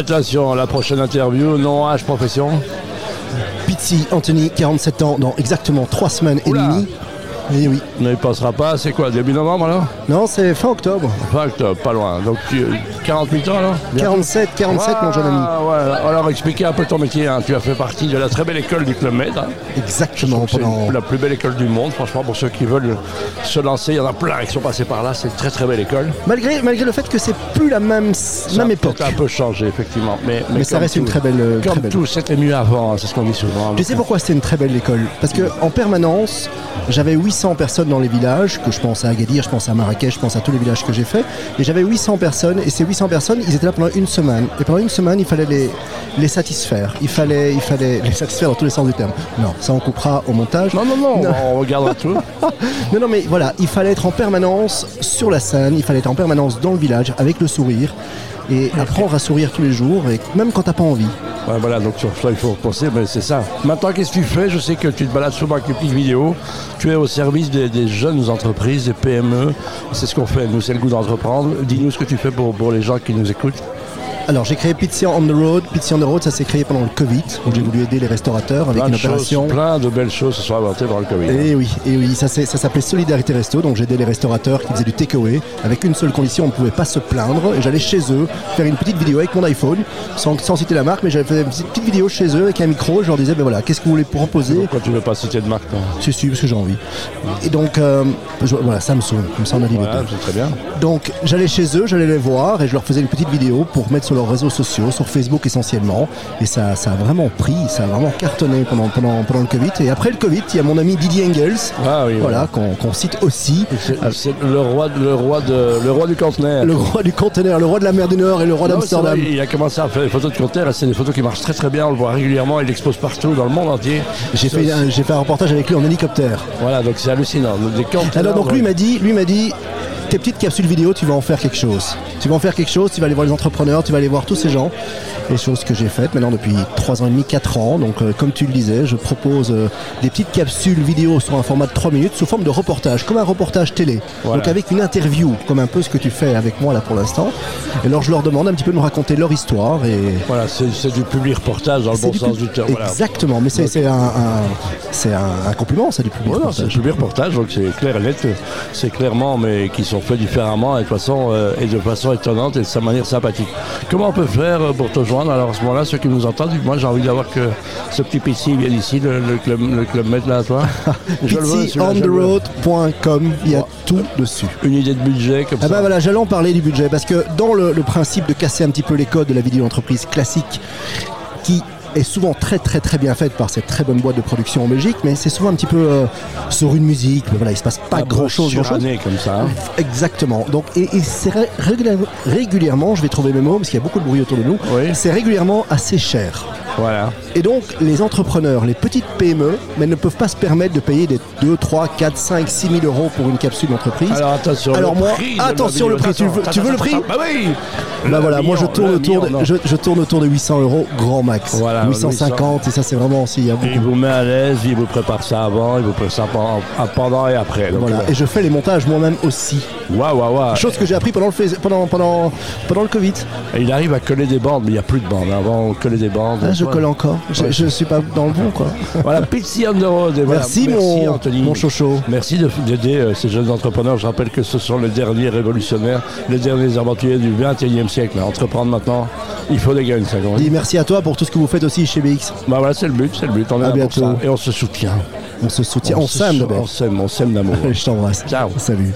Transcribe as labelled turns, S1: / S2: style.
S1: Attention, la prochaine interview, non âge, profession.
S2: Pizzi Anthony, 47 ans, dans exactement 3 semaines et
S1: Oula.
S2: demie. Et oui.
S1: Ne il passera pas, c'est quoi, début novembre alors
S2: Non, c'est fin octobre.
S1: Enfin, octobre, pas loin. Donc tu- 48 ans alors
S2: 47, 47, mon jeune ami.
S1: Ah, ouais. Alors expliquez un peu ton métier. hein. Tu as fait partie de la très belle école du Club Med. hein.
S2: Exactement.
S1: C'est
S2: Oh, Pendant...
S1: la plus belle école du monde, franchement, pour ceux qui veulent se lancer. Il y en a plein qui sont passés par là. C'est une très très belle école.
S2: Malgré, malgré le fait que c'est plus la même,
S1: Ça a
S2: même époque.
S1: peut-être un peu changé, effectivement. Mais,
S2: Mais ça
S1: comme
S2: reste une
S1: tout-
S2: très belle- euh,
S1: Comme
S2: très belle.
S1: tout, c'était mieux avant, hein, c'est ce qu'on dit souvent.
S2: Tu sais pourquoi c'était une très belle école Parce que en permanence, j'avais 800 personnes dans les villages, que je pense à Agadir, je pense à Marrakech, je pense à tous les villages que j'ai fait, et j'avais 800 personnes, et ces 800 personnes, ils étaient là pendant une semaine. Et pendant une semaine, il fallait les, les satisfaire. Il fallait, il fallait les satisfaire dans tous les sens du terme. Non, ça on coupera au montage.
S1: Non, non, non, on regardera tout.
S2: Non, non, mais voilà, il fallait être en permanence sur la scène, il fallait être en permanence dans le village, avec le sourire, et apprendre à sourire tous les jours, et même quand t'as pas envie.
S1: Ouais, voilà, donc sur ça, il faut repenser, mais ben, c'est ça. Maintenant, qu'est-ce que tu fais Je sais que tu te balades souvent avec les petites vidéos. Tu es au service des, des jeunes entreprises, des PME. C'est ce qu'on fait, nous, c'est le goût d'entreprendre. Dis-nous ce que tu fais pour, pour les gens qui nous écoutent.
S2: Alors j'ai créé Pizza on the Road. Pizza on the Road, ça s'est créé pendant le Covid. Donc j'ai voulu aider les restaurateurs avec
S1: Plein
S2: une
S1: de, choses,
S2: opération.
S1: plein de belles choses se sont inventées dans le Covid.
S2: Et oui, et oui, ça, c'est- ça s'appelait Solidarité Resto, donc j'aidais les restaurateurs qui faisaient du takeaway avec une seule condition, on ne pouvait pas se plaindre. Et j'allais chez eux faire une petite vidéo avec mon iPhone, sans, sans citer la marque, mais j'avais fait une petite petite vidéo chez eux avec un micro. Je leur disais, ben voilà, qu'est-ce que vous voulez proposer
S1: Pourquoi tu ne veux pas citer de marque hein, toi
S2: C'est si, parce que j'ai envie. Et donc, euh, je- voilà, Samsung, comme ça on a dit
S1: Voilà, ah, c'est très bien.
S2: donc j'allais chez eux, j'allais les voir et je leur faisais une petite vidéo pour mettre sur leurs réseaux sociaux, sur Facebook essentiellement. Et ça, ça a vraiment pris, ça a vraiment cartonné pendant, pendant, pendant le Covid. Et après le Covid, il y a mon ami Didier Engels,
S1: Ah oui,
S2: voilà, qu'on qu'on cite aussi.
S1: C'est Ah, c'est le roi, de- le roi, de, le roi du conteneur.
S2: Le roi du conteneur, le roi de la mer du Nord et le roi
S1: Non, c'est vrai,
S2: d'Amsterdam.
S1: il a commencé à faire des photos de conteneurs et c'est des photos qui marchent très très bien. On le voit régulièrement, il expose partout dans le monde entier.
S2: J'ai
S1: Ça,
S2: fait,
S1: c'est-
S2: un- j'ai fait un reportage avec lui en hélicoptère.
S1: Voilà, donc c'est hallucinant. Des conteneurs,
S2: Alors Ah donc lui
S1: ouais.
S2: il m'a dit, lui il m'a dit, tes petites capsules vidéo, tu vas en faire quelque chose. Tu vas en faire quelque chose, tu vas aller voir les entrepreneurs, tu vas aller voir tous ces gens. Et chose que j'ai faite maintenant depuis 3 ans et demi, 4 ans. Donc euh, comme tu le disais, je propose euh, des petites capsules vidéo sur un format de 3 minutes sous forme de reportage, comme un reportage télé.
S1: Voilà.
S2: Donc avec une interview, comme un peu ce que tu fais avec moi là pour l'instant. Et alors je leur demande un petit peu de me raconter leur histoire et
S1: Voilà, c'est c'est du public reportage dans le
S2: c'est
S1: bon
S2: du
S1: sens du
S2: pub-
S1: terme. Voilà.
S2: Exactement, mais c'est c'est un, un- c'est un, un compliment, ça du public.
S1: Voilà, c'est
S2: reportage.
S1: du public reportage, donc c'est clair et net. C'est clairement, mais qui sont faits différemment et de façon, euh, et de façon étonnante et de sa manière sympathique. Comment on peut faire euh, pour te joindre Alors à ce moment-là, ceux qui nous entendent, moi j'ai envie d'avoir que ce petit PC vienne ici, le, le club, le club Med, là à toi. Je le veux, celui-là, je le veux.
S2: PizziOnTheRoad.com, il y a tout dessus.
S1: Une idée de budget comme
S2: Ah
S1: ça.
S2: bah voilà, j'allais en parler du budget parce que dans le, le principe de casser un petit peu les codes de la vidéo entreprise classique qui est souvent très très très bien faite par cette très bonne boîte de production en Belgique, mais c'est souvent un petit peu euh, sur une musique, mais voilà, il se passe pas
S1: Un
S2: grand chose,
S1: brochure
S2: grand chose.
S1: année comme ça. hein.
S2: Exactement. Donc et, et c'est ré- régula- régulièrement, je vais trouver mes mots parce qu'il y a beaucoup de bruit autour de nous.
S1: Oui.
S2: C'est régulièrement assez cher.
S1: Voilà.
S2: Et donc, les entrepreneurs, les petites PME, mais ne peuvent pas se permettre de payer des 2, 3, 4, 5, 6 000 euros pour une capsule d'entreprise.
S1: Alors attention.
S2: Alors
S1: le
S2: moi,
S1: prix de
S2: attention
S1: la
S2: le prix. Tu
S1: vidéo.
S2: veux, tu veux le prix
S1: Bah oui.
S2: Bah
S1: Le
S2: voilà, moi je
S1: million,
S2: tourne
S1: le
S2: autour,
S1: million,
S2: de,
S1: non.
S2: je, je tourne autour de 800 euros grand max.
S1: Voilà,
S2: 850 et ça c'est vraiment aussi. il y a beaucoup.
S1: Il vous met à l'aise, il vous prépare ça avant, il vous prépare ça pendant, à- pendant et après. Donc,
S2: Voilà.
S1: euh,
S2: Et je fais les montages moi-même aussi.
S1: Waouh, waouh, waouh.
S2: Chose que j'ai appris pendant le, fais- pendant, pendant, pendant le Covid.
S1: Et Il arrive à coller des bandes, mais il n'y a plus de bandes. Avant, on collait des bandes.
S2: Là, Ah, je
S1: Voilà.
S2: colle encore. Je, je suis pas dans le bon quoi.
S1: Voilà, Pizzi on the road. Et voilà,
S2: Merci, mon,
S1: Anthony.
S2: mon chocho.
S1: Merci de- d'aider euh, ces jeunes entrepreneurs. Je rappelle que ce sont les derniers révolutionnaires, les derniers aventuriers du 21e siècle. Entreprendre maintenant, il faut des gains, ça quand même.
S2: Dis merci à toi pour tout ce que vous faites aussi chez BX.
S1: Bah voilà, c'est le but, c'est le but. On est là
S2: À
S1: pour
S2: bientôt.
S1: ça. Et on se soutient.
S2: On se soutient, on,
S1: se
S2: s'aime
S1: sou-
S2: d'abord.
S1: On s'aime, on s'aime d'amour.
S2: Je t'embrasse.
S1: Ciao.
S2: Salut.